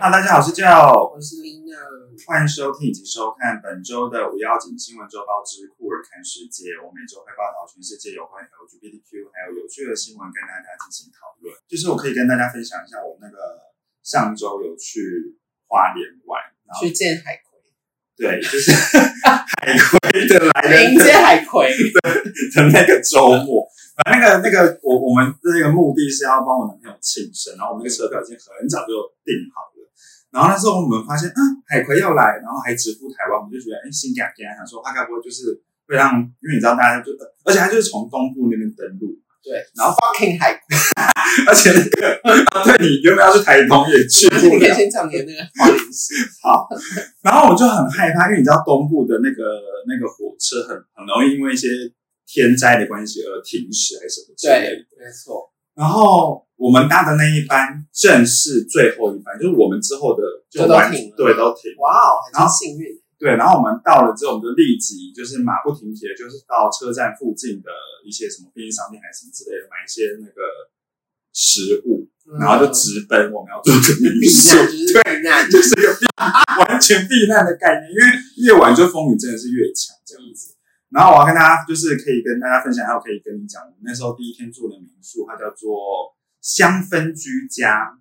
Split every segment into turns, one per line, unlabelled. Hello，大家好，我是
我
Joe，
是 Lina，
欢迎收听以及收看本周的五幺九新闻周报之酷儿看世界。我每周会报道全世界有关 LGBTQ 还有有趣的新闻，跟大家进行讨论。就是我可以跟大家分享一下我那个上周有去花莲玩，然后
去见海葵，
对，就是 海龟的来源
迎接海葵，
的那个周末。反正那个那个我我们的那个目的是要帮我男朋友庆生，然后我们那个车票已经很早就订好了。然后那时候我们发现，嗯，海葵要来，然后还直扑台湾，我们就觉得，哎，心感感，想说他该不会就是会让，因为你知道大家就，呃而且他就是从东部那边登陆，
对，
然后
fucking 海葵，
而且那个，啊对你原本要去台东也去
而且你
不
可以
了，
先讲你的那个花莲市，
好，然后我就很害怕，因为你知道东部的那个那个火车很很容易因为一些天灾的关系而停驶还是什么之类的。
没错，
然后我们搭的那一班正是最后一班，就是我们之后的就
就都
完
停了
对都停
哇哦，还
然后
真幸运，
对。然后我们到了之后，我们就立即就是马不停蹄，的，就是到车站附近的一些什么便利商店还是什么之类的，买一些那个食物，
嗯
然后就直奔我们要住的民
避
宿。
难就是避难，
就是一个避 完全避难的概念，因为越晚就风雨真的是越强这样子。然后我要跟大家就是可以跟大家分享，还有可以跟你讲，我们那时候第一天住的民宿，它叫做香氛居家。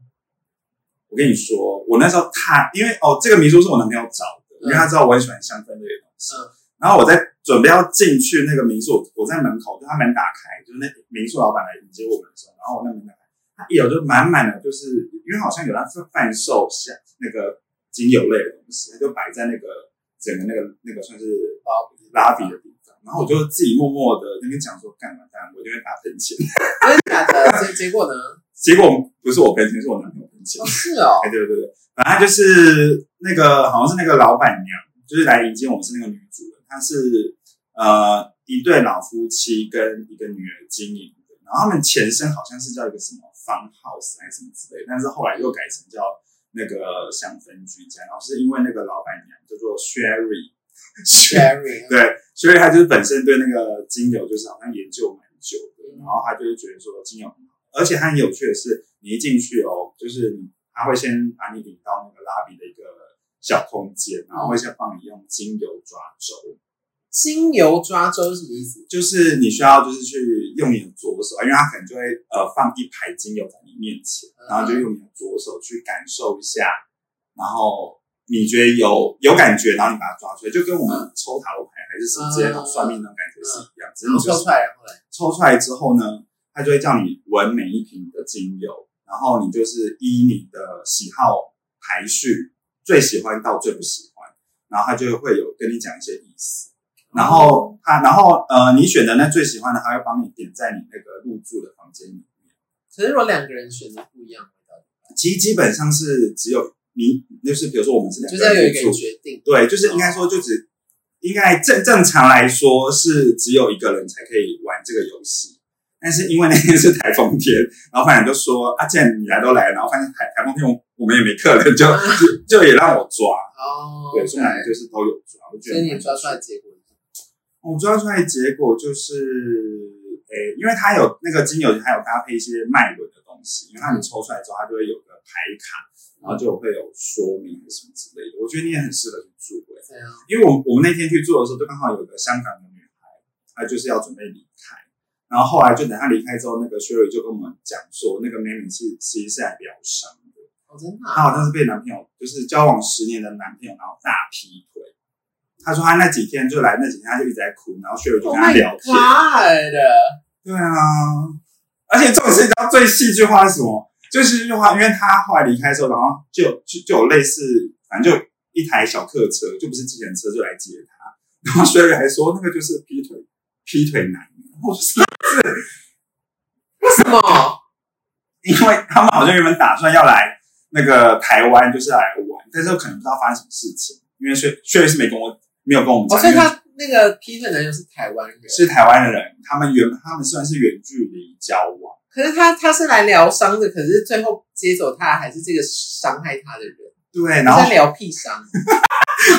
我跟你说，我那时候他因为哦，这个民宿是我男朋友找的，因为他知道我很喜欢香氛这个东西。
嗯
然后我在准备要进去那个民宿，我在门口，就他门打开，就是那民宿老板来迎接我们的时候，然后我那门打开，他一有就满满的，就是因为好像有他是贩售像那个精油类的东西，他就摆在那个整个那个那个算是
包
拉比的地方。然后我就自己默默的那边讲说，干嘛干嘛，我就会打喷嚏。
真的假的？结结 果呢？
结果不是我喷嚏，是我男朋友喷
哦，。
嚏
是哦，
哎，对对对，反正她就是那个好像是那个老板娘，就是来迎接我们是那个女主人，她是呃一对老夫妻跟一个女儿经营的，然后他们前身好像是叫一个什么 farm house 还是什么之类，但是后来又改成叫那个香氛居家，然后是因为那个老板娘叫做 Sherry。
，Sherry，
对，所以他就是本身对那个精油就是好像研究蛮久的，然后他就是觉得说精油很好，而且他很有趣的是，你一进去哦，就是你他会先把你引到那个拉比的一个小空间，然后会先帮你用精油抓周，
精油抓周是什么意思？
就是你需要就是去用你的左手，因为他可能就会呃放一排精油在你面前，然后就用你的左手去感受一下，然后。你觉得有有感觉，然后你把它抓出来，就跟我们抽塔罗牌还是什么之类的算命那种感觉是一样，只是
然
你
后
就是
抽出来，然后嘞，
抽出来之后呢，他就会叫你闻每一瓶的精油，然后你就是依你的喜好排序，最喜欢到最不喜欢，然后他就会有跟你讲一些意思。然后他，然后呃，你选的那最喜欢的，他会帮你点在你那个入住的房间里面。
可是如果两个人选择不一样，
其实基本上是只有你，就是比如说我们是两
就是要有一
人入
个
住
人决定，
对，就是应该说就只应该正正常来说是只有一个人才可以玩这个游戏，但是因为那天是台风天，然后反正就说啊，既然你来都来，然后发现台台风天我我们也没客人，就就就也让我抓，
哦，
对，所以我们就是都有抓，我觉
所
得
以
蛮
你抓出来结果是什么，
我抓出来的结果就是，诶、因为它有那个精油，它有搭配一些脉轮的东西，因为它你抽出来之后，它就会有个牌卡，然后就会有说明什么之类的。我觉得你也很适合去住、欸，
这样，
因为我们我们那天去做的时候，就刚好有个香港的女孩，她就是要准备离开，然后后来就等她离开之后，那个 Sherry 就跟我们讲说，那个 Mary 是其实是来疗伤的，
哦，真的啊，
她好像是被男朋友就是交往十年的男朋友，然后大劈腿。她说她那几天就来那几天，她就一直在哭，然后 Sherry 就
Oh
跟她
my
聊天。
God！
对啊，而且重点是你知道最戏剧化是什么？就是戏剧化，因为他后来离开的时候，然后就有就就有类似，反正就有一台小客车，就不是计程车，就来接他。然后 Sherry 还说那个就是劈腿劈腿男，然后我就说
为什么？
因为他们好像原本打算要来那个台湾，就是来玩，但是可能不知道发生什么事情，因为 Sher- Sherry 是没跟我没有跟我们
哦，
讲，
所以
因为
他那个劈腿男友是台湾人，
是台湾人，他们原他们虽然是远距离交往。
可是他他是来疗伤的，可是最后接走他的还是这个伤害他的人，
对，然
他
后
在疗屁伤，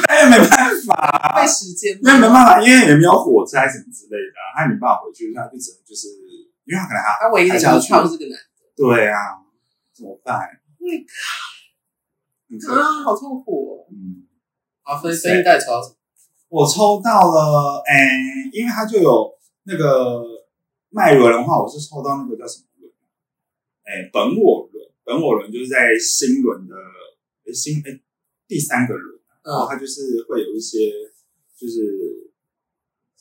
哎没办法，
浪费时间
因为没
吗？
办法，因为也没有火灾什么之类的、啊，他也没办法回去，那就只能就是，因为他可能还
他唯一的
还
依
想要
靠是这个男的，
对啊，怎么办？
那
很可
啊，好痛苦
嗯，
哦！啊，所以所以你到底抽到什么？
我抽到了，哎、因为它就有那个脉轮的话，我是抽到那个叫什么轮？哎、本我轮，本我轮就是在新轮的、哎新哎、第三个轮，然后
嗯
它就是会有一些就是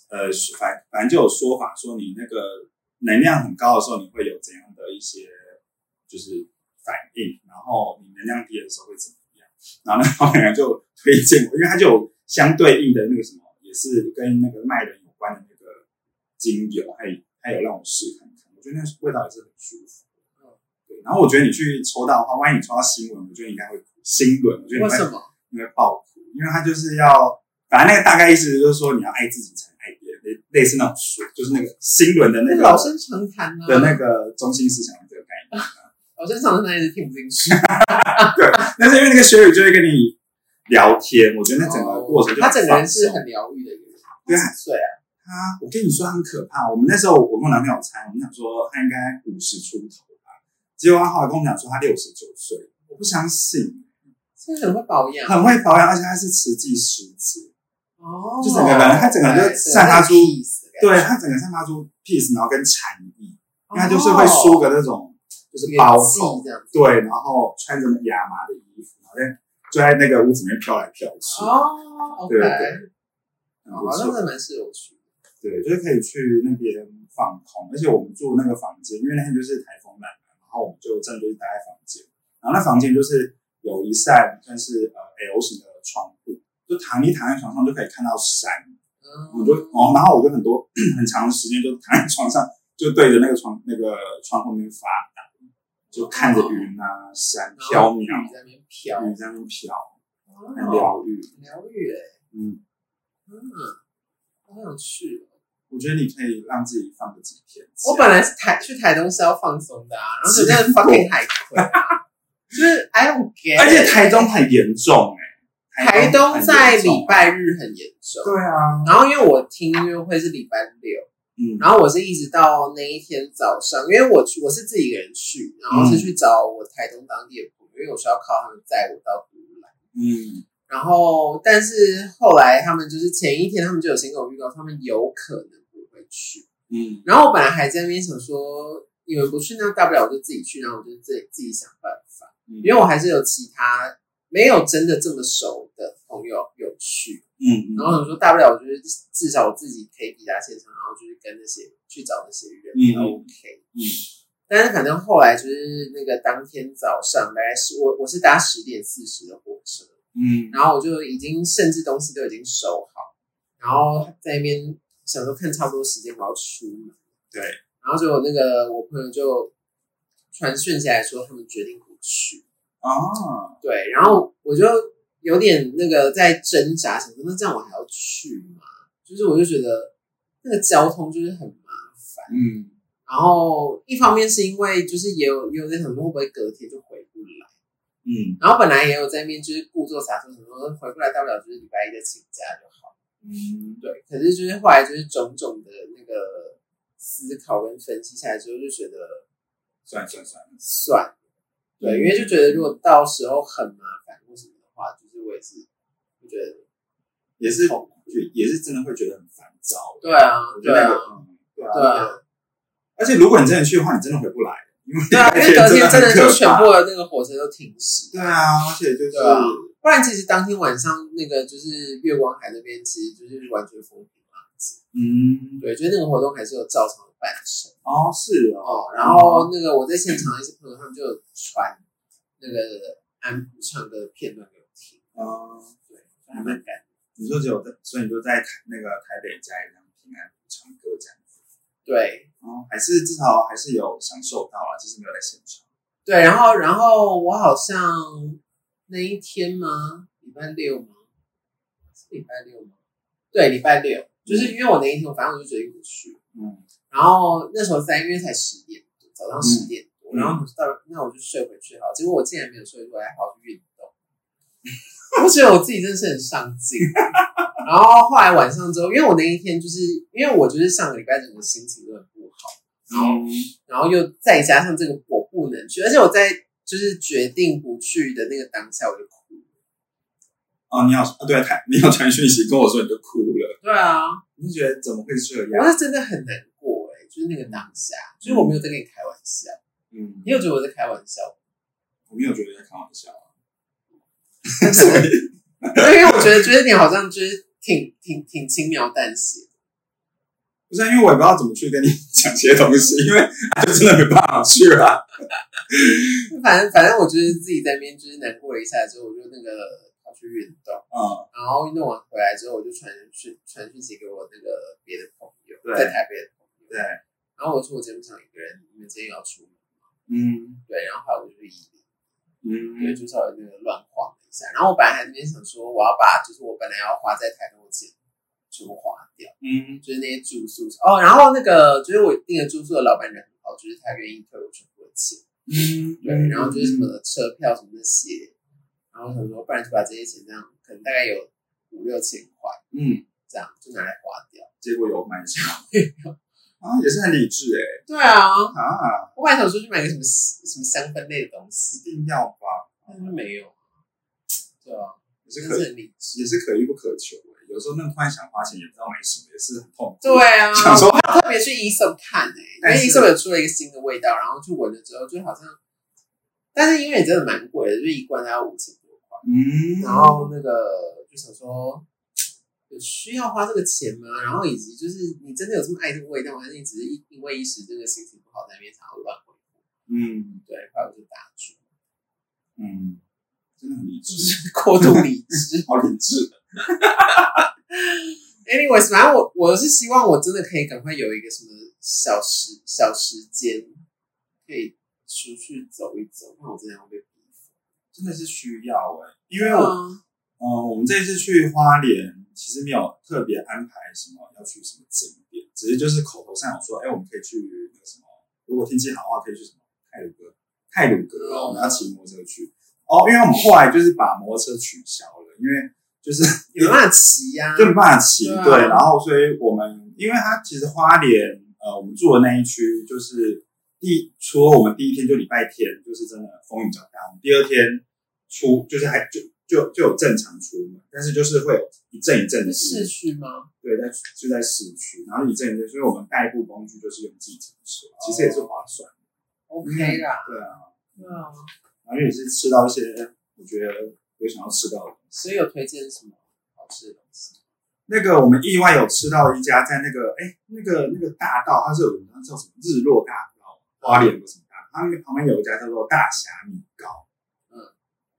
呃反反正就有说法说你那个能量很高的时候，你会有怎样的一些就是反应，然后你能量低的时候会怎么样？然后那老板娘就推荐我，因为它就有相对应的那个什么，也是跟那个麦仁有关的那个精油，还有还有让我试看看，我觉得那味道也是很舒
嗯
服。对，然后我觉得你去抽到的话，万一你抽到新闻，我觉得你应该会新闻，我觉
为
得你会
什么？
你会爆哭，因为他就是要，反正那个大概意思就是说，你要爱自己才能爱别人，类类似那种说，就是那个新轮的那
那
个
老生常谈啊，
的那个中心思想的这个概念。
老生常谈一直听不进去。
但是因为那个学语就会跟你聊天，我觉得那整个过程就
哦他整个人
放松
是很疗愈的一个人。
对啊
他几岁啊？
他，我跟你说他很可怕。我们那时候我跟我男朋友猜，我们想说他应该五十出头吧，结果他后来跟我们讲说他六十九岁，我不相信，
是很会保养
很会保养，而且他是慈济师姐。
哦
就整个人他整个人就散发出对
对，
他整个散发出 peace，然后跟禅意，因为他就是会梳个那种就是包头，
哦这样子。
对，然后穿着亚麻的衣服，然后在就在那个屋子里面飘来飘去，
哦，OK，
对对对，很
哦
不
那真
错，
的蛮适合我去的。
对，就是可以去那边放空，而且我们住那个房间，因为那天就是台风来嘛，然后我们就真的就是待在房间，然后那房间就是有一扇算是呃 L 型的窗户，就躺一躺在床上就可以看到山，
嗯
我就哦，然后我就很多 很长时间就躺在床上，就对着那个床那个窗户那边发呆，就看着云啊、山飘渺，
然后雨在那边哦飘，
云在那边飘，很
哦
疗愈。
疗愈哎，
嗯，
嗯，好想去哦。
我觉得你可以让自己放个几天假。
我本来是台去台东是要放松的啊，然后真的 fucking 海葵啊，就是 I don't get，
而且台中很严重哎、
台东
很
在
严重啊
礼拜日很严重。
对啊，
然后因为我听音乐会是礼拜六，
嗯
然后我是一直到那一天早上，因为我去我是自己一个人去，然后
嗯
是去找我台东当地的朋友，因为我需要靠他们载我到独来。
嗯
然后，但是后来他们就是前一天，他们就有先跟我预告，他们有可能不会去。
嗯
然后我本来还在那边想说，你们不去，那大不了我就自己去，然后我就自己自己想办法，
嗯，
因为我还是有其他没有真的这么熟的朋友有去。
嗯
然后我说大不了我就是至少我自己可以抵达现场，然后就是跟那些去找那些人、
嗯
o k
嗯
但是反正后来就是那个当天早上，大概是我我是搭十点四十的火车，
嗯
然后我就已经甚至东西都已经收好，然后在那边想说看差不多时间我要出门，
对，
然后结果那个我朋友就传讯起来说他们决定不去，
啊
对，然后我就有点那个在挣扎，想说那这样我还要去吗？就是我就觉得那个交通就是很麻烦。
嗯
然后一方面是因为就是也有也有在想说会不会隔天就回不来，
嗯
然后本来也有在面就是故作洒脱，想说回不来大不了就是礼拜一再请假就好。
嗯
对，可是就是后来就是种种的那个思考跟分析下来之后，就觉得
算算算，
算了，对，因为就觉得如果到时候很麻烦或什么的话，就是我也是，我觉得
也是也也是真的会觉得很烦躁。
对啊，
对
对啊，
嗯对
对啊，
而且如果你真的去的话，你真的回不来，因为
对啊，因为隔天真
真
的
的很
就
可
全
怕
部的那个火车都停驶，
对啊，而且就是
对啊不然其实当天晚上那个就是月光海那边其实就是完全风平浪静，
嗯，
对，就是那个活动还是有照常办成
哦是哦，
哦。然后那个我在现场的一些朋友他们就有传那个安普唱歌的片段给我听，
嗯，
对，还蛮感动。
你说只有在，所以你就在台那个台北家里这样平安唱歌这样子，
对，
哦，还是至少还是有享受到了，就是没有在现场，
对，然后然后我好像那一天吗？礼拜六吗？是礼拜六吗？对，礼拜六，就是因为我那一天，我反正我就决定不去。
嗯
然后那时候三月才十点多，早上十点多，
嗯
然后我就到了，那我就睡回去好了。结果我竟然没有睡回来，跑去运动。 我觉得我自己真的是很上进。然后后来晚上之后，因为我那一天就是因为我就是上个礼拜整个心情都很不好，然后
嗯
然后又再加上这个我不能去，而且我在就是决定不去的那个当下，我就哭
哦，你好，哦对，他你有传讯息跟我说你就哭了，
对啊，
你就觉得怎么会这
我
样？
是真的很难过哎、就是那个当下，就是我没有在跟你开玩笑，
嗯，
你有觉得我在开玩笑吗？
我没有觉得在开玩笑啊，
对，因为我觉得觉得你好像就是挺挺挺轻描淡写的，
不是啊因为我也不知道怎么去跟你讲些东西，因为 就真的没办法去啊了。
反正反正我就是自己在那边就是难过了一下之后，我就那个跑去运动，
嗯，
然后运动完回来之后，我就传讯传讯息给我那个别的朋友，
对
在台北的朋友，
对，
然后我说我今天不想一个人，你们今天要出门，
嗯
对，然后后来我就去移民。对，
嗯
就稍微那个乱晃了一下。然后我本来还在那边想说，我要把就是我本来要花在台东的钱全部花掉，
嗯，
就是那些住宿哦。然后那个就是我那个住宿的老板人很好，就是他愿意退我全部的钱，
嗯，
对，然后就是什么车票什么那些，然后我想说，不然就把这些钱这样，可能大概有五六千块
嗯，
这样就拿来花掉。
结果有买下， 啊，也是很理智哎、
对啊，
啊，
我本来想说去买个什么什么香氛类的东
一
西，
定要吧，
但是没有。对啊，
也
就是
可
是很理智。
也是可遇不可求哎、有时候那突然想花钱也不知道买什么，也是很痛苦。
对 啊，
想说
特别去 e s o 看哎、
但
因
是
为 e s o 有出了一个新的味道，然后去闻了之后就好像，但是因为也真的蛮贵的，就一罐大概五千多块，
嗯，
然后那个就想说。有需要花这个钱吗？然后以及就是你真的有这么爱这个味道吗？还是你只是因因为一时这个心情不好在那边想要乱回复？
嗯
对，后来我就打住，
嗯，真的很理
就
智，
是 过度理智。
好理智。
Anyways，反正我我是希望我真的可以赶快有一个什么小时小时间，可以出去走一走，不然我真的要被逼疯。
真的是需要哎、因为
对
我
啊，
嗯、我们这次去花莲，其实没有特别安排什么要去什么景点，只是就是口头上有说，哎、我们可以去那个什么，如果天气好的话，可以去什么泰鲁阁，泰鲁阁
嗯
哦，我们要骑摩托车去。哦，因为我们后来就是把摩托车取消了，因为就是
有没有办法骑呀、
就没办法骑，
对啊
对，然后所以我们因为它其实花莲呃，我们住的那一区就是第除了我们第一天就礼拜天就是真的风雨较大，我们第二天出就是还就就就有正常出门，但是就是会有一阵一阵的
是市区吗？
对，在就在市区，然后一阵一阵，所以我们代步工具就是用自己车，其实也是划算，
？OK 啦，
对啊，
对啊，
然后也是吃到一些我觉得有想要吃到的东西。
所以有推荐什么好吃的东西？
那个我们意外有吃到一家在那个哎那个那个大道，它是有那叫什么日落大道，花莲有什么大道，它那个旁边有一家叫做大侠米糕，
嗯，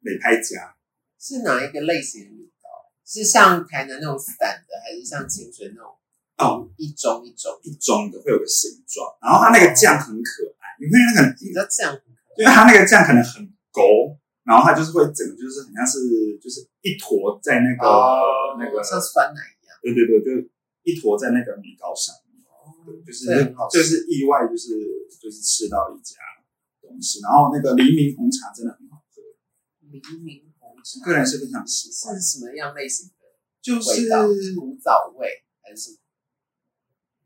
美拍家，
是哪一个类型的米糕？是像台南那种散的，还是像清水那种
哦
一盅一盅？
一盅的会有个形状，然后它那个酱很可爱，因为那个
你知道这样很可
因为它那个酱可能很勾，然后它就是会整个就是很像是就是一坨在那
爱
个、
哦
那个
像酸奶一样。
对对对，就一坨在那个米糕上面。哦对就是
对很好吃
就是意外，就是就是吃到一家东西，然后那个黎明红茶真的很好喝，
黎明红茶
个人是非常喜欢，
是什么样类型的
就
味
是
道？古早味还是什么？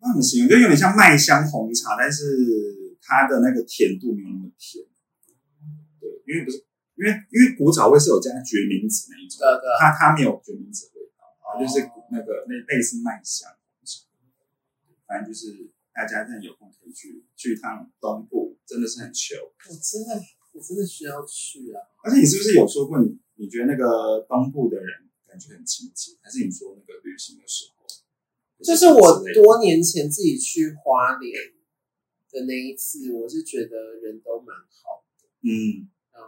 那很形容，就有点像麦香红茶，但是它的那个甜度没有那么甜，对，因为不是因为因为古早味是有加决明子那一种，
对啊对，
它它没有决明子的味道，它就是那个那类似麦香红茶，反正就是大家真的有空可以去去一趟东部，真的是很 chill。
我真的我真的需要去啊！
而且你是不是有说过你你觉得那个东部的人感觉很亲切？还是你说那个旅行的时候？
就是我多年前自己去花莲的那一次，我是觉得人都蛮好，
嗯
然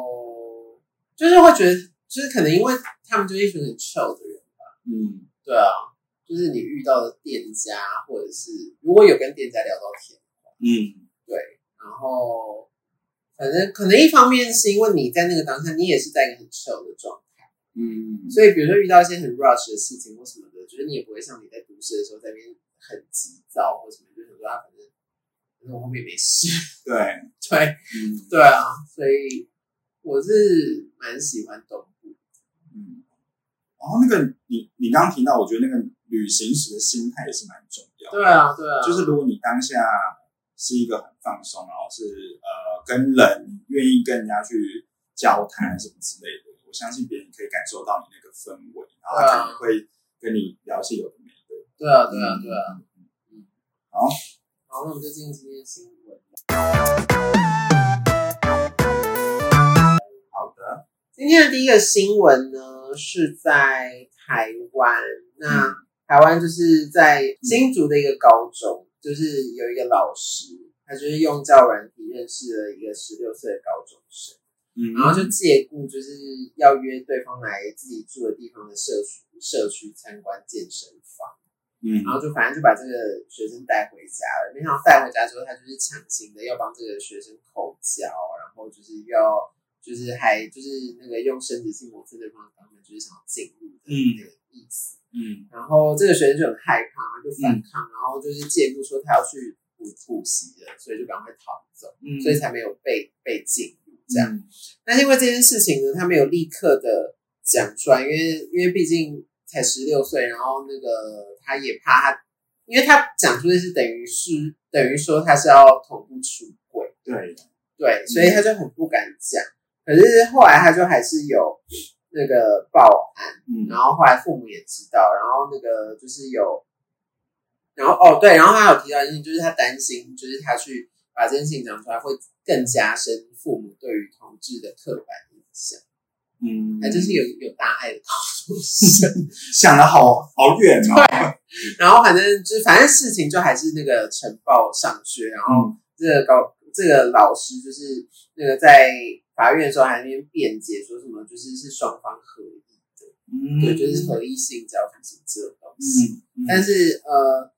后就是会觉得，就是可能因为他们就是一群很 chill 的人吧。
嗯
对啊，就是你遇到的店家，或者是如果有跟店家聊到天。
嗯
然后反正可能一方面是因为你在那个当下，你也是在一个很 chill 的状态，
嗯，
所以比如说遇到一些很 rush 的事情或什么的，就是你也不会像你在都市的时候在那边很急躁或什么，就想说啊，反正反正我后面没事。
对，
对
嗯
对啊，所以我是蛮喜欢东部。
嗯。然后那个你你刚刚提到，我觉得那个旅行时的心态也是蛮重要的。
对啊，对啊，
就是如果你当下是一个很放松，然后是呃跟人愿意跟人家去交谈什么之类的，我我相信别人可以感受到你那个氛围，然后
啊
他可能会跟你聊些有的没的。
对啊，对啊，对啊。嗯，
好，
好，那我们就进今天的新闻。
好的，
今天的第一个新闻呢是在台湾，那、
嗯
台湾就是在新竹的一个高中，就是有一个老师，他就是用交友软体认识了一个十六岁的高中生，
嗯，
然后就借故就是要约对方来自己住的地方的社区社区参观健身房。
嗯
然后就反正就把这个学生带回家了。没想到带回家之后，他就是强行的要帮这个学生口交，然后就是要就是还就是那个用生殖器抹刺对方的肛门，就是想要进入的那个意思。
嗯
然后这个学生就很害怕，就反抗，然后就是借故说他要去补补习了，所以就赶快逃走，
嗯，
所以才没有被被禁入这样。
嗯
但是因为这件事情呢，他没有立刻的讲出来，因为因为毕竟才十六岁，然后那个他也怕他，因为他讲出的是等于是等于说他是要同步出轨，
对，
对，所以他就很不敢讲。可是后来他就还是有那个报案，
嗯
然后后来父母也知道，然后那个就是有，然后哦对，然后他有提到一件事，就是他担心，就是他去把这件事情讲出来，会更加深父母对于同志的刻板印象。
嗯，
还真哎是有有大爱的 高中生。
想的好好远哦，
然后反正就是反正事情就还是那个晨报上学，然后
嗯
这个高这个老师就是那个在法院的时候还在那边辩解说什么就是是双方合意的，
嗯，
对，就是合意性交什么什么这种东西。
嗯，嗯
但是呃，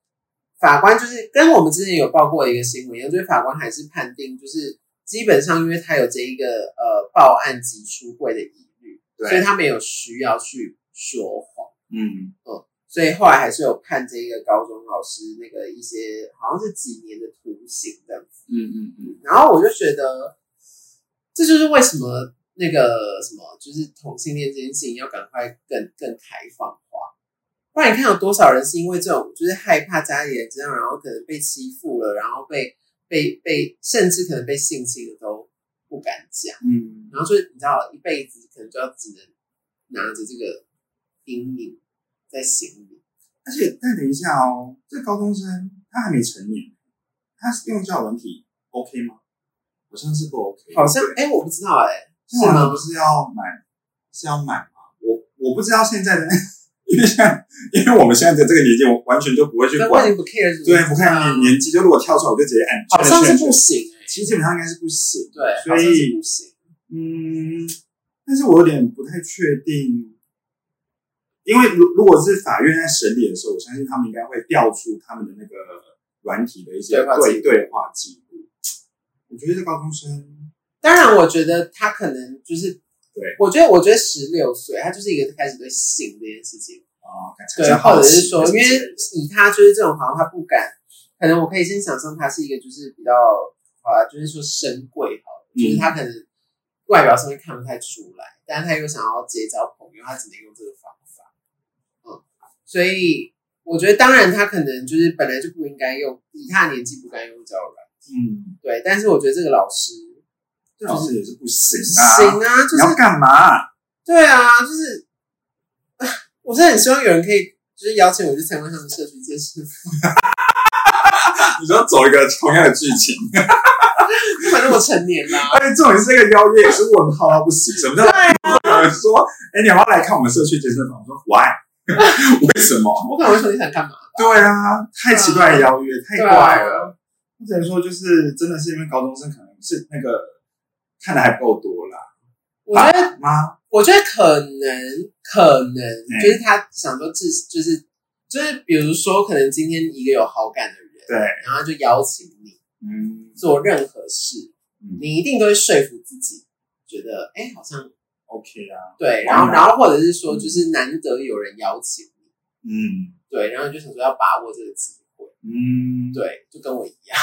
法官就是跟我们之前有报过的一个新闻一样，就是法官还是判定，就是基本上因为他有这一个呃报案及出柜的疑虑，
对
所以他没有需要去说谎，
嗯
所以后来还是有判这一个高中老师那个一些好像是几年的徒刑这样子。
嗯嗯嗯，
然后我就觉得，这就是为什么那个什么，就是同性恋这件事情要赶快更更开放化。不然你看有多少人是因为这种就是害怕家里人这样，然后可能被欺负了，然后被被被，甚至可能被性侵的都不敢讲，
嗯
然后就你知道一辈子可能就要只能拿着这个阴影在心里。
而且但等一下哦，这高中生他还没成年，他用交友软体 OK 吗？好像是不 OK，
好像哎、我不知道哎、
现在不是要买是要买吗？我我不知道现在的， 因为像因为我们现在的这个年纪，我完全就不会去
那我已
管，
经不 care 什么
对，不看
啊
你年纪，就如果跳出来，我就直接按
好像是不
行，
行哎、
其实基本上应该是不行，
对，好像
所
是
以
不行。
嗯，但是我有点不太确定，因为如如果是法院在审理的时候，我相信他们应该会调出他们的那个软体的一些
对话记录
对对话记录。我觉得这高中生，
当然，我觉得他可能就是，
对
我觉得，我觉得十六岁，他就是一个开始对性这件事情，
啊，感觉
对，
像好
或者是
奇
说，因
之
为
类的
以他就是这种，好像他不敢，可能我可以先想象他是一个就是比较啊，就是说深贵好了，
嗯
就是他可能外表上面看不太出来，但是他又想要结交朋友，他只能用这个方法，嗯，所以我觉得，当然他可能就是本来就不应该用，以他的年纪不该用交友软件，
嗯，
对，但是我觉得这个老师。
这老师也是不行啊，
行啊，就
你
是
要干嘛？
对啊，就是，啊我是很希望有人可以就是邀请我去参观他们社区健 身房，
你说走一个同样的剧情，
反正我成年啦。
而且重点是这个邀约也是问号到不行，什么叫
对啊，
有人说，哎、你要不要来看我们社区健身房？我说 why？为什么？
我可能会说你想干嘛？
对啊，太奇怪的邀约，太
对
怪了。
啊，
我只能说，就是真的是因为高中生可能是那个看的还不够多啦。
我觉得，
妈，
我觉得可能，可
嗯
能就是他想说自，就是就是，比如说，可能今天一个有好感的人，
对，
然后他就邀请你
嗯，
做任何事，
嗯
你一定都会说服自己，觉得哎、好像
OK 啊，
对，然后
完了
然后或者是说，就是难得有人邀请你，
嗯
对，然后你就想说要把握这个机会。
嗯，
对，就跟我一样。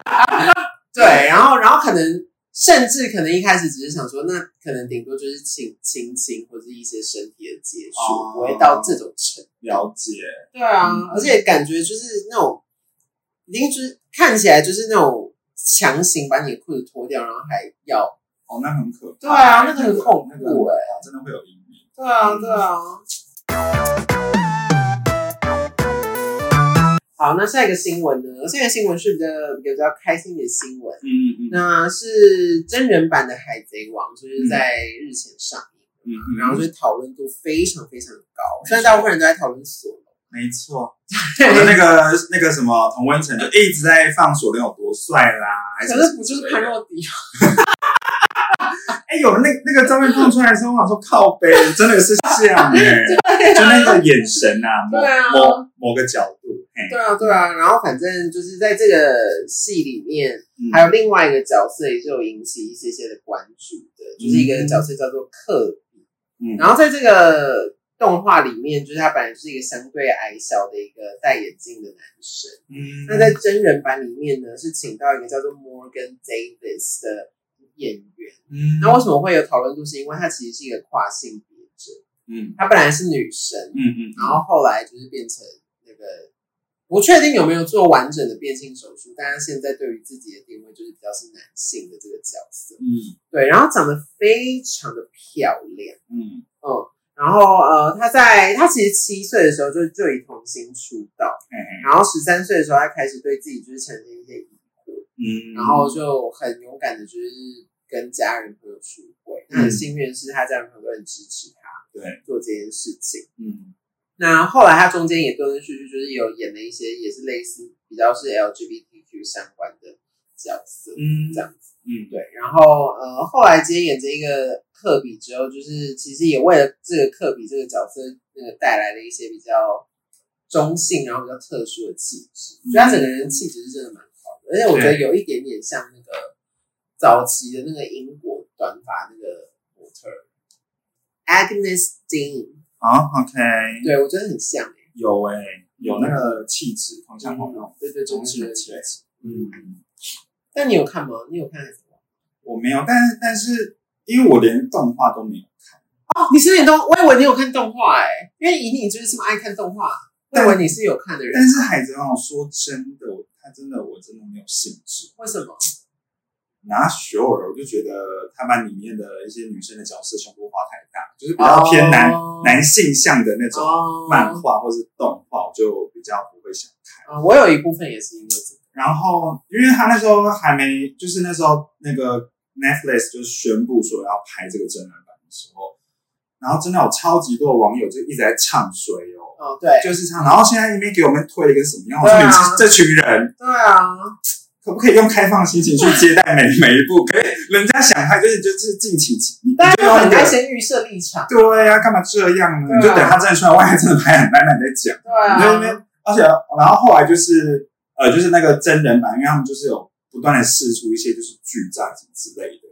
对，然后然后可能甚至可能一开始只是想说，那可能顶多就是亲亲亲或者一些身体的接触，
哦
不会到这种程度。
了解，
对啊，
嗯
而且感觉就是那种，已经就是看起来就是那种强行把你的裤子脱掉，然后还要
哦，那很可怕。
对啊那个很恐怖
那个
欸
真的会有阴影。
对啊，对啊。好，那下一个新闻呢？下一个新闻是比较比较开心的新闻，
嗯嗯嗯
那是真人版的《海贼王》，就是在日前上映，
嗯嗯，
然后就是讨论度非常非常高，虽然大部分人都在讨论索隆，
没错，我的那个 那个什么同温层就一直在放索伦有多帅啦，还
可
是
是不就是潘若迪吗？
哎、有那那个照片放出来的时候，我想说靠背，真的是像哎、 就那个眼神啊，某
对啊
某某个角度，嘿，
对啊，对啊，然后反正就是在这个戏里面，
嗯
还有另外一个角色也是有引起一些些的关注的，就是一个角色叫做克比。
嗯
然后在这个动画里面，就是他本来就是一个相对矮小的一个戴眼镜的男生。
嗯
那在真人版里面呢，是请到一个叫做 Morgan Davis 的演员。
嗯
那为什么会有讨论度？是因为他其实是一个跨性别者，
嗯
他本来是女生，
嗯嗯，
然后后来就是变成那个，不确定有没有做完整的变性手术，但他现在对于自己的定位就是比较是男性的这个角色，
嗯
对，然后长得非常的漂亮，
嗯
嗯，然后呃，他在他其实七岁的时候就就以童星出道，
嘿
然
嘿
后十三岁的时候他开始对自己就是产生一些疑惑，
嗯，
然后就很勇敢的就是跟家人朋友出轨，那很幸运的是他家人朋友都很支持他
嗯对，
做这件事情。
嗯
那后来他中间也断断续续就是有演了一些也是类似比较是 LGBTQ 相关的角色，
嗯
这样
子，嗯
对。然后呃，后来接演这一个科比之后，就是其实也为了这个科比这个角色，那个带来了一些比较中性，然后比较特殊的气质，所以他整个人气质是真的蛮好的，而且我觉得有一点点像那个早期的那个英国短发那个模特儿 Agnes Dean，
好，OK，
对我觉得很像、欸。
有哎、有那个气质，方向盘那种
嗯对对，
中
中
性
性
的
的
气
气
质，
嗯，
嗯。
但你有看吗？你有看还是什么？
我没有，但是但是因为我连动画都没有，
哦，你是你都，我以为你有看动画哎、因为以你就是这么爱看动画，我以为你是有看的人
但。是海贼王我说真的，我他真的我真的没有兴致。
为什么？
拿雪儿，我就觉得他把里面的一些女生的角色全部画太大，就是比较偏男、
哦
男性向的那种
哦
漫画或是动画，我就比较不会想看。
啊、我有一部分也是因为这个。
然后，因为他那时候还没，就是那时候那个 Netflix 就是宣布说要拍这个真人版的时候，然后真的有超级多的网友就一直在唱衰哦，
哦，对，
就是唱，然后现在里面给我们推了一个什么样？我
对
说
啊
你们这这群人
对啊，
可不可以用开放心情去接待每 每一步？可以，人家想拍就是就是尽情，你你
大家
就用
有
一
啊很爱
个
先预设立场。
对呀、干嘛这样呢？
对啊
你就等他真的出来，万一真的拍很烂，那你再讲。
对啊，
你就在那边，而且然后后来就是呃，就是那个真人版，因为他们就是有不断的试出一些就是剧战什么之类的。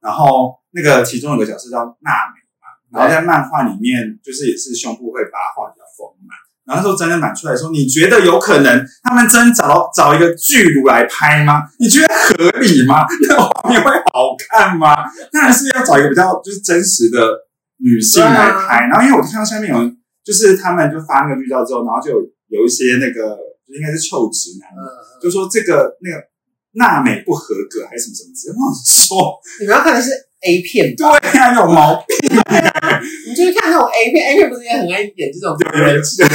然后那个其中有个角色叫娜美嘛，然后在漫画里面就是也是胸部会把它画得比较丰满。然后那时候真人版出来的时候，你觉得有可能他们真找到找一个巨乳来拍吗？你觉得合理吗？ 那个画面会好看吗？当然是要找一个比较就是真实的女性来拍。然后因为我看到下面有人，就是他们就发那个剧照之后，然后就有有一些那个应该是臭直男
嗯，，嗯
就说这个那个娜美不合格还是什么什么之
你
类的。我想说
们要看的是 A 片，
对呀、有毛病
你就是看那种 A 片，A 片不是也很爱演这种
有人气。
感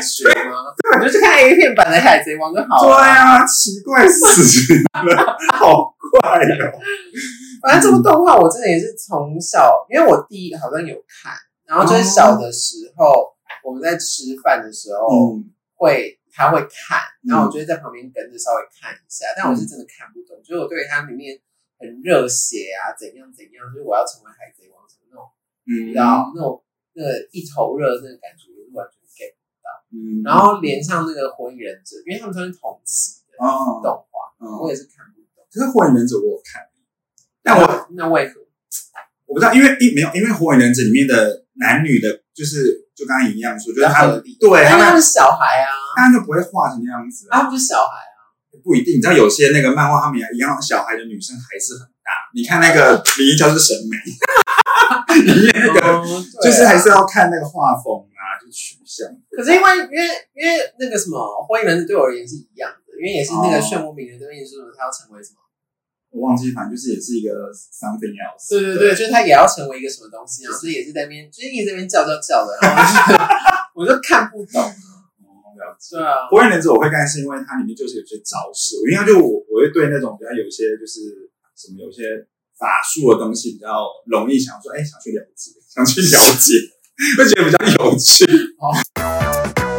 觉吗？你就是看 A 片版的海贼王就好
对
了。
呀、奇怪死了，好怪哦。
反正这部
嗯
动画我真的也是从小，因为我弟好像有看，然后就是小的时候、我们在吃饭的时候
哦嗯
会他会看，
嗯
然后我就会在旁边跟着稍微看一下，但我是真的看不懂，就是我对它里面很热血啊，怎样怎样，就是我要成为海贼王什么那种，你知
嗯
道那种那个一头热的那个感觉，我是完全 get
嗯
不到。然后连上那个火影忍者，因为他们都是同期的
哦
动画，我
嗯，
也是看不懂。
可是火影忍者我有看，但我
那为何？
我不知道，因为因没有，因为火影忍者里面的男女的，就是就刚刚一样说，就是他们
比较
对
因
他
为他
们，
们是小孩啊。
当然就不会画成那样子啊，
啊，他不是小孩啊，
不一定。你知道有些那个漫画，他们也一样，小孩的女生还是很大。你看那个《灵异教室》审美，里面那个
哦对啊
就是还是要看那个画风啊，就取向。
可是因为因为因为那个什么《火影忍者》对我而言是一样的，因为也是那个
哦
漩涡鸣人这边说什么他要成为什么
我忘记，反正就是也是一个 something else。
对对对，就是他也要成为一个什么东西，然后所以也是在那边，就是一直在那边叫叫叫的，然后 我就我就看不懂。
哦，了解。
对啊，
火影忍者我会看，是因为它里面就是有些招式，因为就我我会对那种比较有些就是什么有些法术的东西比较容易想说，哎、想去了解，想去了解，会觉得比较有趣。
哦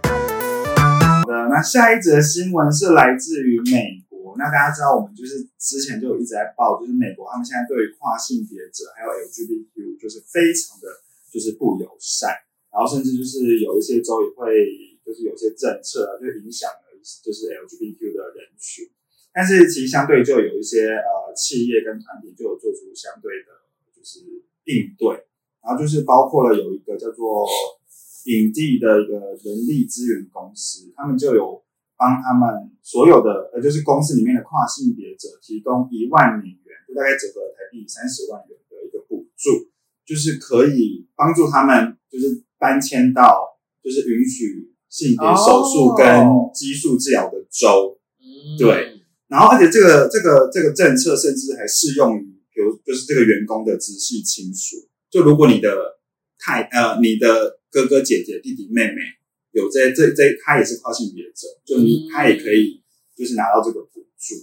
好的，那下一则新闻是来自于美国。那大家知道，我们就是之前就有一直在报，就是美国他们现在对于跨性别者还有 LGBTQ 就是非常的就是不友善。然后甚至就是有一些州也会，就是有些政策啊，就影响了就是 LGBTQ 的人群。但是其实相对就有一些呃企业跟团体就有做出相对的，就是应对。然后就是包括了有一个叫做呃影帝的一个人力资源公司，他们就有帮他们所有的呃就是公司里面的跨性别者提供一万美元，就大概折合台币三十万元的一个补助。就是可以帮助他们，就是搬迁到就是允许性别手术跟
哦
激素治疗的州。
嗯
对，然后，而且这个这个这个政策甚至还适用于，比如就是这个员工的直系亲属。就如果你的太呃你的哥哥姐姐弟弟妹妹有这这这，他也是跨性别者，就
嗯
你他也可以就是拿到这个补助。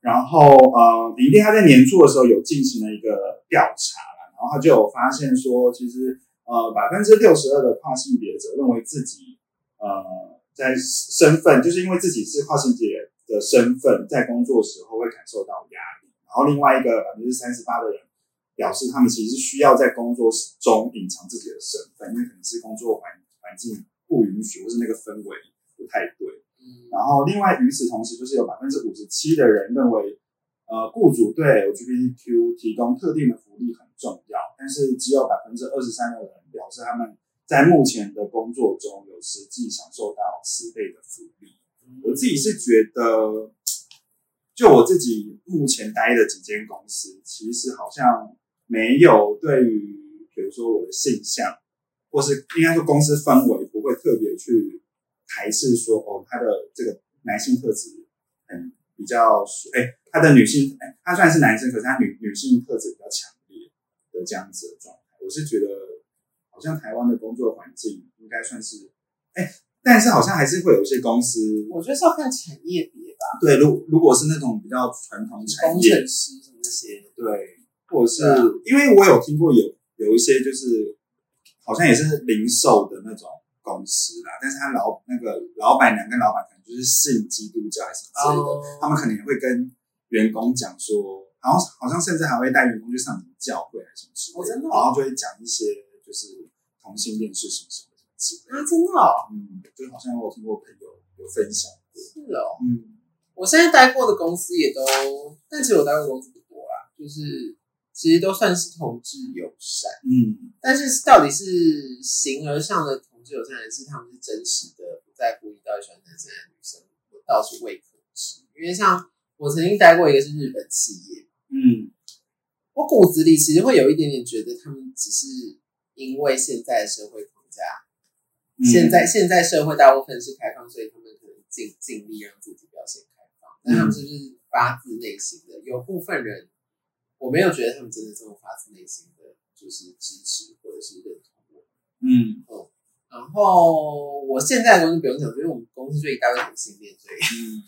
然后呃，林定他在年初的时候有进行了一个调查啦，然后他就有发现说，其实呃百分之六十二的跨性别者认为自己呃在身份，就是因为自己是跨性别的身份，在工作时候会感受到压力。然后另外一个百分之三十八的人表示，他们其实是需要在工作中隐藏自己的身份，因为可能是工作环环境不允许，或是那个氛围不太对。
嗯
然后另外与此同时，就是有百分之五十七的人认为，呃，雇主对 LGBTQ 提供特定的福利很重要，但是只有百分之二十三的人表示他们在目前的工作中有实际享受到此类的福利。我
嗯
自己是觉得，就我自己目前待的几间公司，其实好像没有对于，比如说我的性向，或是应该说公司氛围不会特别去排斥说，哦，他的这个男性特质很比较，哎、他的女性，哎、他虽然是男生，可是他女女性特质比较强烈的这样子的状态。我是觉得，好像台湾的工作环境应该算是，哎、但是好像还是会有一些公司
我觉得是要看产业别吧，
对，如如果是那种比较传统产
工
业，
程师什么那些，
对，或者是、
对啊
因为我有听过有有一些就是好像也是零售的那种公司啦，但是他老那个老板娘跟老板可能就是信基督教还是什么之类的，
哦啊
他们可能也会跟员工讲说，然后好像甚至还会带员工去上什么教会还是什么之类
哦真的哦
然后就会讲一些就是同性恋是什么什么之类
啊，
的，
真的哦，
嗯，就好像我有听过朋友有分享过，
是哦。
嗯。
我现在待过的公司也都，但其实我待过的公司不多啦，就是其实都算是同志友善，
嗯，
但是到底是形而上的同志友善，还是他们是真实的不在乎你到底喜欢男生还是女生，我倒是未可知。因为像我曾经待过一个是日本企业，
嗯，
我骨子里其实会有一点点觉得他们只是因为现在的社会框架，
嗯
现在现在社会大部分是开放，所以他们可能尽尽力让自己表现开放，但他们就是发自内心的。有部分人，我没有觉得他们真的这么发自内心的，就是支持或者是认同我。
嗯
然后我现在的公司不用讲，因为我们公司就一大堆同性恋，所以
嗯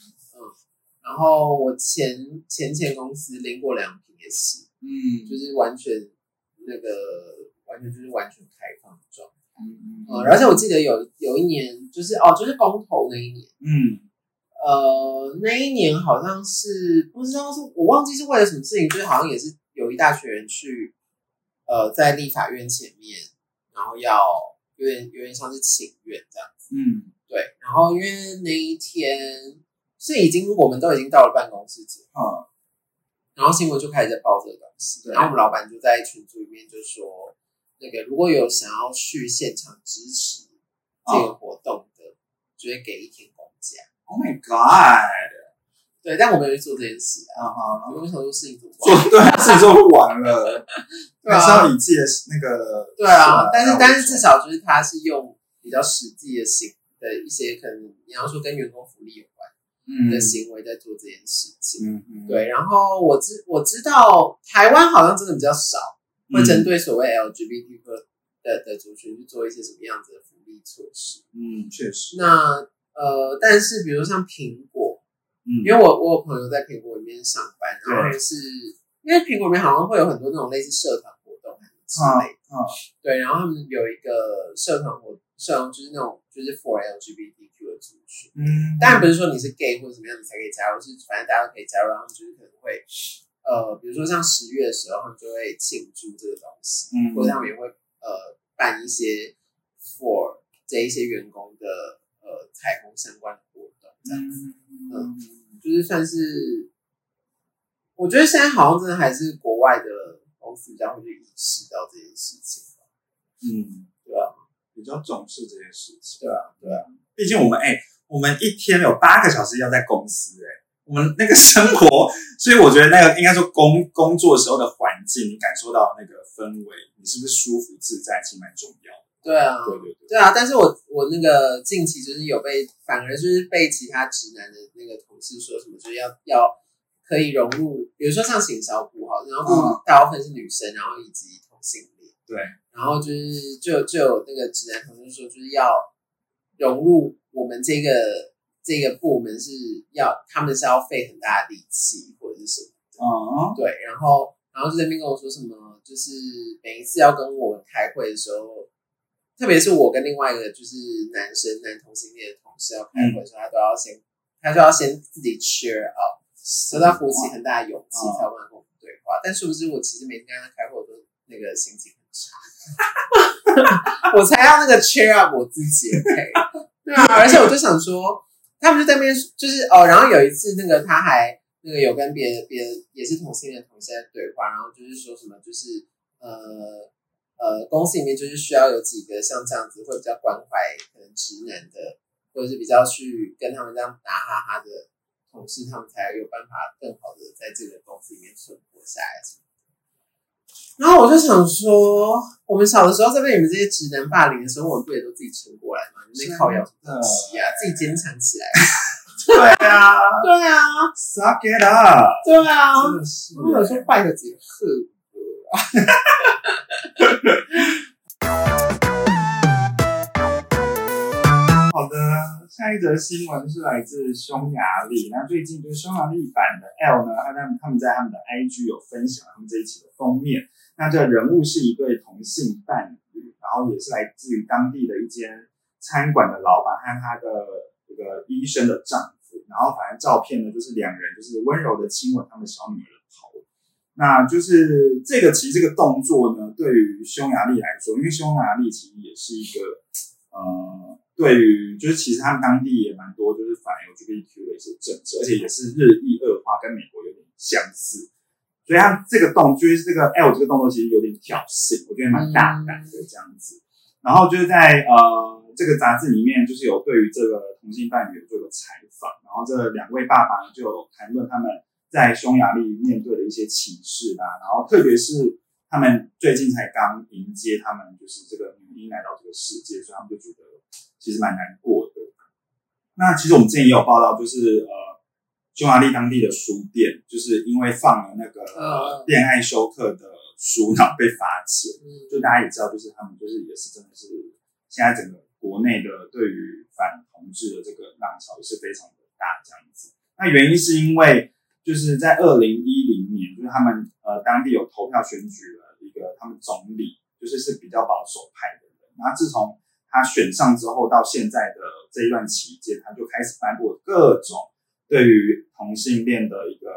然后我前前前公司拎过两瓶也是，
嗯，
就是是完全那个完全就是完全开放的状态。
嗯
嗯，而且我记得有有一年就是哦，就是公投那一年。
嗯
呃，那一年好像是不知道是我忘记是为了什么事情，就是好像也是有一大群人去，呃，在立法院前面，然后要有点有点像是请愿这样，
嗯
对。然后因为那一天是已经我们都已经到了办公室之后，
啊
然后新闻就开始在报这个东西，
对
然后我们老板就在群组里面就说，那个如果有想要去现场支持这个
哦
活动的，就会给一天公假。
，Oh my God，
对，但我没有去做这件事啊。
啊哈，
我为什么事情怎么
做对啊，自己做不完了，
对
还是
啊，
要以自己的那个
对啊，但是但是
至
至
少
少就是他是用比较实际的行的一些可能你要说跟员工福利有关，
嗯
的行为在做这件事情。
嗯嗯，
对，然后我知我知道台湾好像真的比较少
嗯
会针对所谓 LGBT 的的的族群去做一些什么样子的福利措施。
嗯，确实，
那呃，但是比如像苹果，
嗯，
因为我我有朋友在苹果里面上班，然
对
后是因为苹果里面好像会有很多那种类似社团活动之类的，
嗯嗯
对，然后他们有一个社团活社团就是那种就是 for LGBTQ 的族群。
嗯，
当然不是说你是 gay 或者怎么样你才可以加入，是反正大家都可以加入，然后就是可能会，呃，比如说像十月的时候，他们就会庆祝这个东西，
嗯
或者他们也会呃办一些 for 这一些员工的呃彩虹相关的活动，这样子，
嗯
就是算是，我觉得现在好像真的还是国外的公司比较会去意识到这件事情，
嗯，
对吧、
比较重视这件事情。
对啊，对啊，
毕竟我们哎、我们一天有八个小时要在公司哎、我们那个生活， 所以我觉得那个应该说工工作时候的环境，你感受到那个氛围，你是不是舒服自在，其实蛮重要的。
对啊，
对对对，
对啊，但是我我那个近期就是有被，反而就是被其他直男的那个同事说什么，就是要要可以融入，比如说像行销部哈，然后部大部分是女生，然后以及同性恋，
对，
然后就是就就有那个直男同事说，就是要融入我们这个这个部门是要他们是要费很大的力气或者是什么。
嗯
对，然后然后就在那边跟我说什么，就是每一次要跟我开会的时候，特别是我跟另外一个就是男生男同性恋的同事要开会的时候，他都要先他就要先自己 cheer up，所以他鼓起很大的勇气
哦
才有办法跟我们对话。但是不是我其实每天跟他开会，我都那个心情很差，我才要那个 cheer up 我自己 OK。对啊，而且我就想说，他们就在那边就是哦，然后有一次那个他还那个有跟别别也是同性恋同事在对话，然后就是说什么就是呃呃公司里面就是需要有几个像这样子会比较关怀可能直男的，或者是比较去跟他们这样打哈哈的同事，他们才有办法更好的在这个公司里面存活下来什么的。然后我就想说，我们小的时候在被你们这些直男霸凌的时候，我们不也都自己撑过来吗？你们那靠腰什么东西啊？自己坚强起来。啊
对啊
对啊，
，suck it up，
对啊。
真的是
我有时候拜个节喝。
好的，下一则新闻是来自匈牙利。那最近就是匈牙利版的 L 呢，他在他们在他们的 IG 有分享他们这一期的封面。那这人物是一对同性伴侣，然后也是来自于当地的一间餐馆的老板和他的这个医生的丈夫。然后反正照片呢，就是两人就是温柔的亲吻他们小女儿的头。那就是这个，其实这个动作呢，对于匈牙利来说，因为匈牙利其实也是一个，呃，对于就是其实他们当地也蛮多就是反 LGBTQ 的一些政策，而且也是日益恶化，跟美国有点相似。所以他这个动，就是这个 L 这个动作，其实有点挑衅，我觉得蛮大胆的这样子。然后就是在呃这个杂志里面，就是有对于这个同性伴侣有做个采访，然后这两位爸爸呢就有谈论他们在匈牙利面对的一些歧视啦、然后特别是他们最近才刚迎接他们就是这个女婴来到这个世界，所以他们就觉得其实蛮难过的。那其实我们之前也有报道，就是呃匈牙利当地的书店，就是因为放了那个
嗯
呃恋爱休克的书，然后被罚钱。
嗯，
就大家也知道，就是他们就是也是真的是现在整个国内的对于反同志的这个浪潮也是非常的大这样子。那原因是因为就是在二零一零年，就是他们呃当地有投票选举了一个他们总理，就是是比较保守派的人。那自从他选上之后到现在的这一段期间，他就开始颁布各种对于同性恋的一个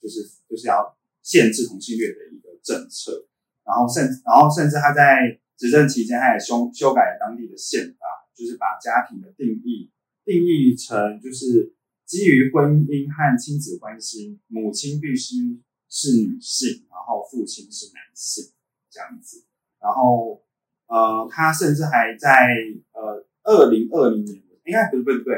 就是就是要限制同性恋的一个政策。然后甚然后甚至他在执政期间，他也修修改了当地的宪法，就是把家庭的定义定义成就是基于婚姻和亲子关系，母亲必须是女性，然后父亲是男性这样子。然后呃，他甚至还在呃二零二零年，应该不是不对不对，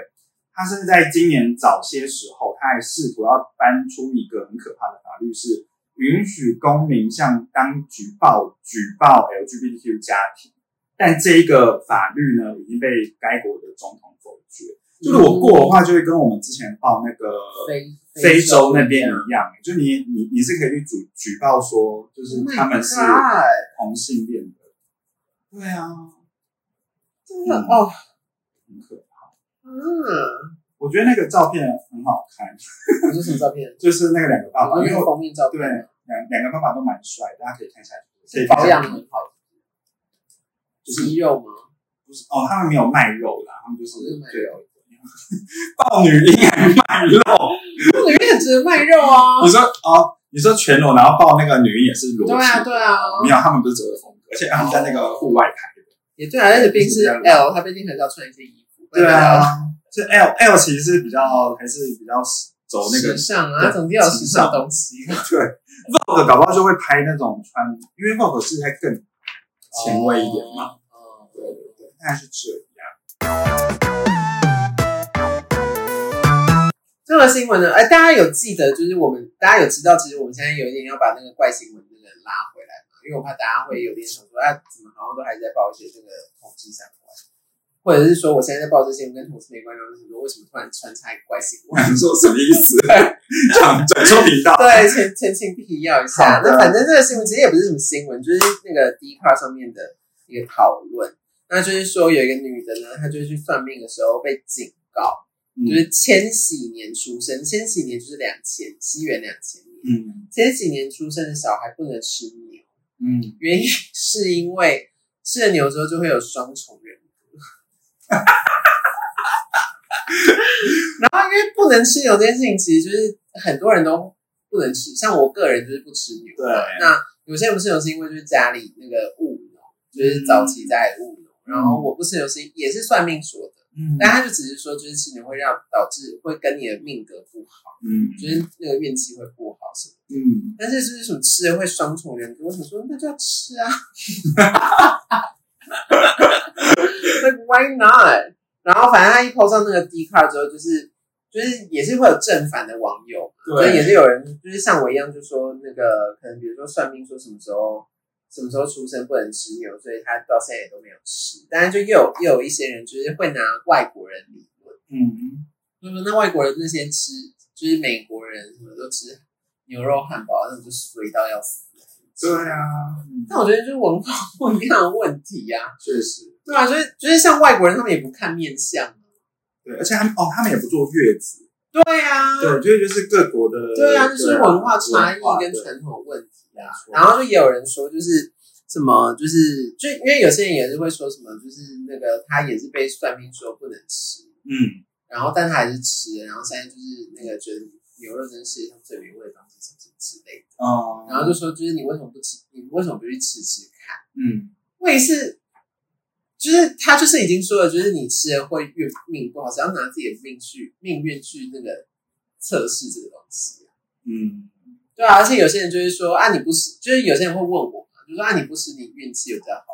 他甚至在今年早些时候，他还试图要搬出一个很可怕的法律是。允许公民向当局报举报 LGBTQ 家庭，但这一个法律呢已经被该国的总统否决。就是我
嗯
过的话，就会跟我们之前报那个
非
非洲那边啊一样，欸就你你你是可以去举举报说，就是他们是
Oh my God
同性恋的。对啊，
真的
嗯
哦，
很可怕。
嗯，
我觉得那个照片很好看，
你说什么照片？
就是那个两个爸
然
爸，
后
啊
那
因为
个
我
封面照
对
片，
两两个爸爸都蛮帅，大家可以看一下。可以
是
看一
保
下
养得很好，
就是
肌肉吗？
不是哦，他们没有卖肉啦，他们就是
哦没有卖
对豹女应该卖肉。
那里面很值得卖肉啊
你！说哦，你说全裸，然后抱那个女也是裸体，
对啊，对啊，
没有，他们不是走的风格，而且他们在那个户外拍的。
也对啊，而且毕竟是
就是这样
L，他毕竟很少穿一些衣服，
对，啊，这 L L 其实是比较还是比较走那个
时尚啊，
对
它总要有时尚的东西。
Vogue，搞不好就会拍那种穿，因为 Vogue 是在更前卫一点嘛。
哦。
对对对，大概是这样。
这个新闻呢，哎，大家有记得，就是我们大家有知道，其实我们现在有一点要把那个怪新闻那个拉回来嘛，因为我怕大家会有点想说，啊，怎么好像都还在报一些这个同志相关，或者是说我现在在报这些跟同志没关，然后想说为什么突然穿插一个怪新 闻？
你说什么意思？转转出频道，
对，前前情提要一下
好。的
那反正这个新闻其实也不是什么新闻，就是那个 d c a r 上面的一个讨论。那就是说有一个女的呢，她就是去算命的时候被警告，
嗯
就是千禧年出生，千禧年就是两千，西元两千年，
嗯
千禧年出生的小孩不能吃牛，
嗯，
原因是因为吃了牛之后就会有双重人格。然后因为不能吃牛这件事情，其实就是很多人都不能吃，像我个人就是不吃牛。
对
那有些人不吃牛是因为就是家里那个务农，
嗯
就是早期家里务农。然后我不吃牛是也是算命说的，
嗯
但他就只是说就是吃牛会让导致会跟你的命格不好，
嗯
就是那个运气会不好什么的。
嗯，
但是就是什么吃的会双重人格，我想说那就要吃啊，like why not？然后反正他一 PO 上那个 D 卡之后，就是就是也是会有正反的网友，所以也
对，
是有人就是像我一样，就说那个可能比如说算命说什么时候什么时候出生不能吃牛，所以他到现在也都没有吃。但是就又有又有一些人就是会拿外国人理论，
嗯
就说那外国人那些吃，就是美国人什么都吃牛肉汉堡，那种就衰到要死。
对啊，嗯
但我觉得就是文化不一样的问题呀、啊。
确实，
对啊，就是就是像外国人他们也不看面相。啊
对，而且他们哦，他们也不坐月子，
对呀、啊，
对，我觉得就是各国的，
对啊，就是文化差异跟
对
传统的问题啊
没。错
然后就也有人说，就是什么，就是就因为有些人也是会说什么，就是那个他也是被算命说不能吃，
嗯，
然后但他还是吃了，然后现在就是那个觉得牛肉真是世界上最美味的东西，什么之类的。
哦，
然后就说，就是你为什么不吃？你为什么不去吃吃看？
嗯
胃是，就是他就是已经说了，就是你吃了会运命不好，只要拿自己的命去命运去那个测试这个东西、啊
嗯，
对啊，而且有些人就是说啊，你不吃，就是有些人会问我嘛，就说啊，你不吃，你运气有比较好。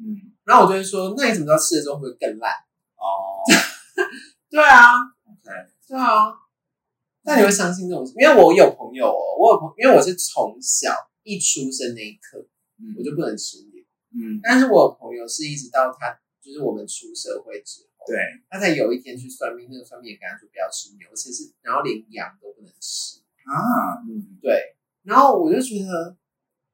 嗯，
然后我就会说，那你怎么知道吃了之后会更烂？
哦
对啊，
，OK，
对啊。那你会相信这种？因为我有朋友哦，我有朋因为我是从小一出生那一刻
嗯
我就不能吃牛。
嗯，
但是我有朋友是一直到他就是我们出社会之后，
对，
他才有一天去算命，那个算命也跟他说不要吃牛，其实然后连羊都不能吃。
啊，嗯
对，然后我就觉得，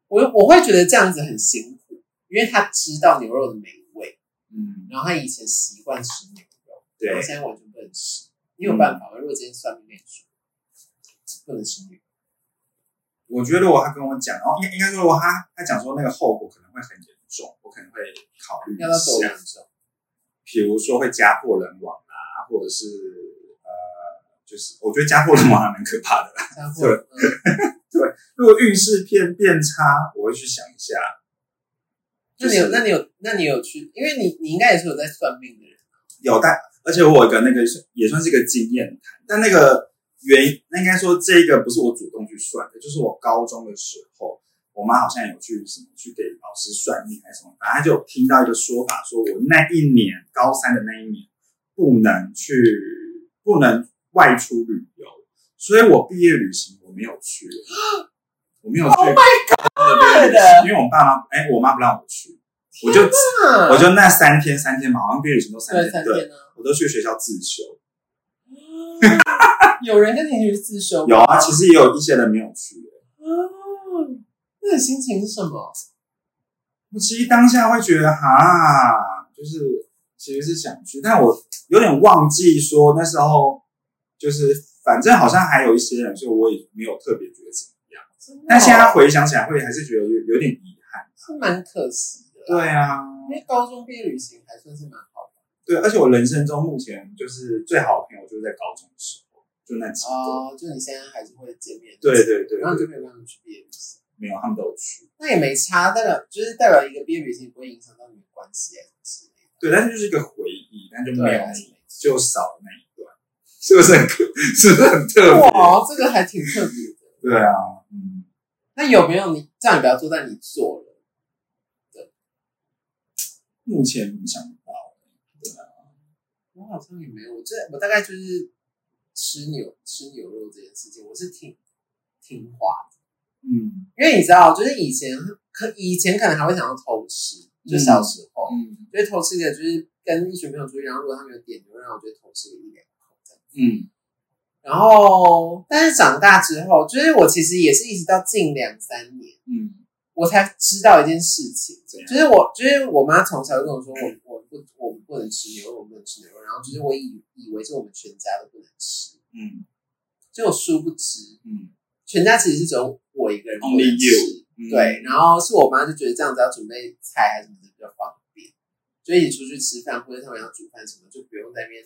我我会觉得这样子很辛苦，因为他知道牛肉的美味，
嗯，
然后他以前习惯吃牛肉，
对
然后现在完全不能吃。你有办法吗？如果今天算命跟你说不能吃牛，
我觉得如果他跟我讲，然后应应该说如果他他讲说那个后果可能会很严重，我可能会考虑一
要到多
下
严，重？
比如说会家破人亡啊，或者是呃，就是我觉得家破人亡还蛮可怕的。
这样会嗯
如果运势变变差，我会去想一下。
那你有那你有那你有去？因为你你应该也是有在算命的人，
有，但而且我有一个那个也算是一个经验谈，但那个原因那应该说这个不是我主动去算的，就是我高中的时候，我妈好像有去什么去给老师算命啊还是什么，反正她就有听到一个说法，说我那一年高三的那一年不能去不能外出旅游，所以我毕业旅行我没有去，我没有去。Oh my
god！
因为我爸妈哎、我妈不让我去，我就
嗯
我就那三天三天嘛，好像毕业旅行都三
对
天，
三
对。
天呢、啊
我都去学校自修，
有人跟你去自修吗
有啊，其实也有一些人没有去。
啊，
欸
那你心情是什么？
我其实当下会觉得哈，就是其实是想去，但我有点忘记说那时候就是反正好像还有一些人，所以我也没有特别觉得怎么样。但现
哦
在回想起来，会还是觉得有有点遗憾。
是蛮可惜的。
对，啊，
因为高中毕业旅行还算是蛮好的。
对，而且我人生中目前就是最好的朋友就是在高中的时候，就那几个。
哦，就你现在还是会见面。
对对对，
然后
对
就没有跟他们去毕业旅行，
没有他们都有去。
那也没差，代表就是代表一个毕业旅行不会影响到你们关系啊什么之类的。
对，但是就是一个回忆，但就没有
对啊
你，就少了那一段，是不是很是不是很特别？
哇，这个还挺特别的。
对啊，嗯，
那有没有你叫你不要做，但你做了？
目前想不到。
我好像也没有，我这我大概就是吃牛吃牛肉这件事情，我是挺听话的，
嗯
因为你知道，就是以前可以前可能还会想要偷吃，就小时候，
嗯
就会偷吃一个，就是跟一群朋友出去，然后如果他们有点牛肉，我就会偷吃个一两口这样。
嗯
然后，但是长大之后，就是我其实也是一直到近两三年，
嗯
我才知道一件事情，
怎样
就是我，就是我妈从小就跟我说，我我不我们不能吃牛肉，我们不能吃牛肉，然后就是我以以为是我们全家都不能吃，
嗯
结果殊不知
嗯
全家其实是只有我一个人不能
Only
吃
you 嗯，
对，然后是我妈就觉得这样子要准备菜还是什么的比较方便，就一起出去吃饭或者他们要煮饭什么，就不用在那边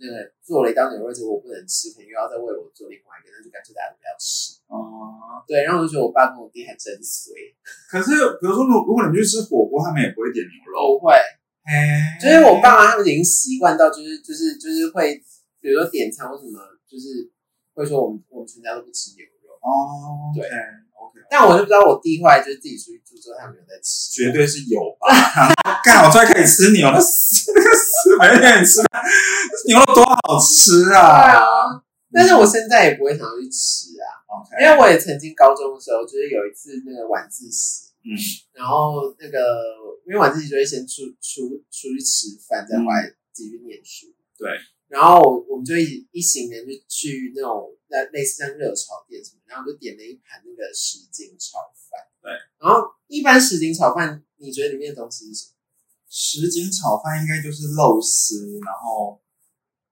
那个做了一道牛肉，结果我不能吃，可能又要再为我做另外一个，那就干脆大家都不要吃。
哦、
对，然后我就觉得我爸跟我弟还真衰，
可是比如说，如如果你们去吃火锅，他们也不会点牛肉，
不会，
哎，
就是我爸妈他们已经习惯到就是就是就是会，比如说点餐或什么，就是会说我们我们全家都不吃牛肉，
哦，
对
，OK，
但我就不知道我弟后来就是自己出去住之后，他没有在吃，
绝对是有吧？ 干，我终于可以吃牛了，死死没人吃，牛肉多好吃
对啊，
啊！
但是我现在也不会想要去吃啊。
OK，
因为我也曾经高中的时候，就是有一次那个晚自习，
嗯，
然后那个因为晚自习就会先出出出去吃饭，再回来继续念书，
嗯对。
然后我我们就一一行人就去那种那类似像热炒店什么，然后就点了一盘那个什锦炒饭，
对。
然后一般什锦炒饭，你觉得里面的东西是什么？
什锦炒饭应该就是肉丝，然后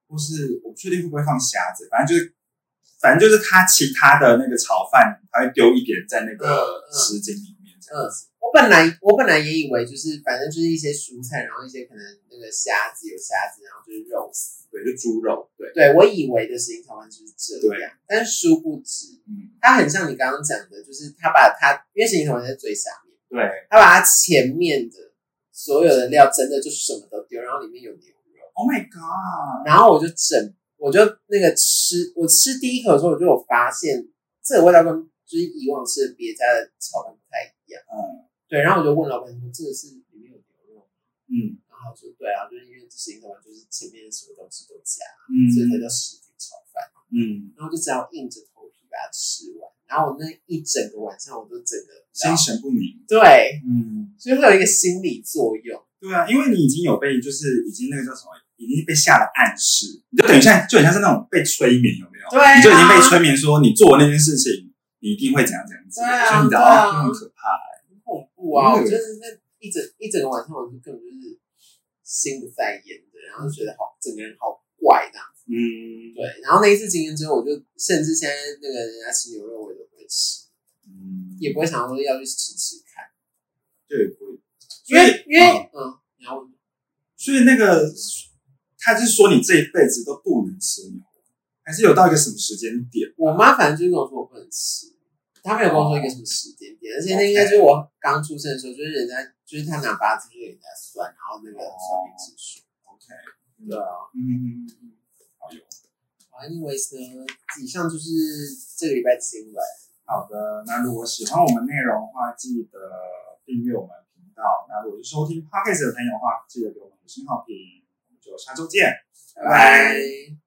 或是我不确定会不会放虾子，反正就是反正就是它其他的那个炒饭，还会丢一点在那个
嗯嗯
什锦里面这样子。
我本来我本来也以为就是反正就是一些蔬菜，然后一些可能那个虾子有虾子，然后就是肉丝。
对，就猪肉，对，
对我以为的石英炒饭就是这样，但是殊不知，
嗯，
它很像你刚刚讲的，就是他把它，因为石英炒饭在最下面，
对，
他把它前面的所有的料真的就什么都丢，然后里面有牛肉，
Oh my god！
然后我就整，我就那个吃，我吃第一口的时候，我就有发现这个味道跟就是以往吃的别家的炒饭不太一样，
嗯
对，然后我就问老板说这个是里面有牛肉吗，
嗯
然后他说对啊，就是因为石英炒饭就是前面什么东西都加，所以才
嗯
叫石英炒饭。
嗯，
然后就只好硬着头皮把它吃完。然后我那一整个晚上，我都整个
心神不宁。
对，
嗯，
所以会有一个心理作用。
对啊，因为你已经有被就是已经那个叫什么，已经被下了暗示，你就等于像就很像是那种被催眠，有没有？
对啊
你就已经被催眠说你做的那件事情，你一定会怎样怎样怎
对啊
样，所以你知道
对啊
哦就很可怕。
很恐怖啊！我
嗯
就是那一整一整个晚上，我就根本就是心不在焉的，然后就觉得好，整个人好怪这样。
嗯，
对，然后那一次经验之后，我就甚至现在那个人家吃牛肉，我也都不会吃，
嗯，
也不会想说要去吃吃看，
对，也不会。
因为因为
嗯
嗯，然后
所以那个他是说你这一辈子都不能吃牛，还是有到一个什么时间点？
我妈反正就是跟我说我不能吃，她没有跟我说一个什么时间点，而且那应该就是我刚出生的时候，就是人家就是她拿八字给人家算，然后那个算命指数。
OK
对啊，
嗯，好有。
好，anyways 呢，以上就是这个礼拜的新闻。
好的，那如果喜欢我们内容的话，记得订阅我们频道。那如果是收听 Podcast 的朋友的话，记得给我们五星好评。我们就下周见，拜拜
拜拜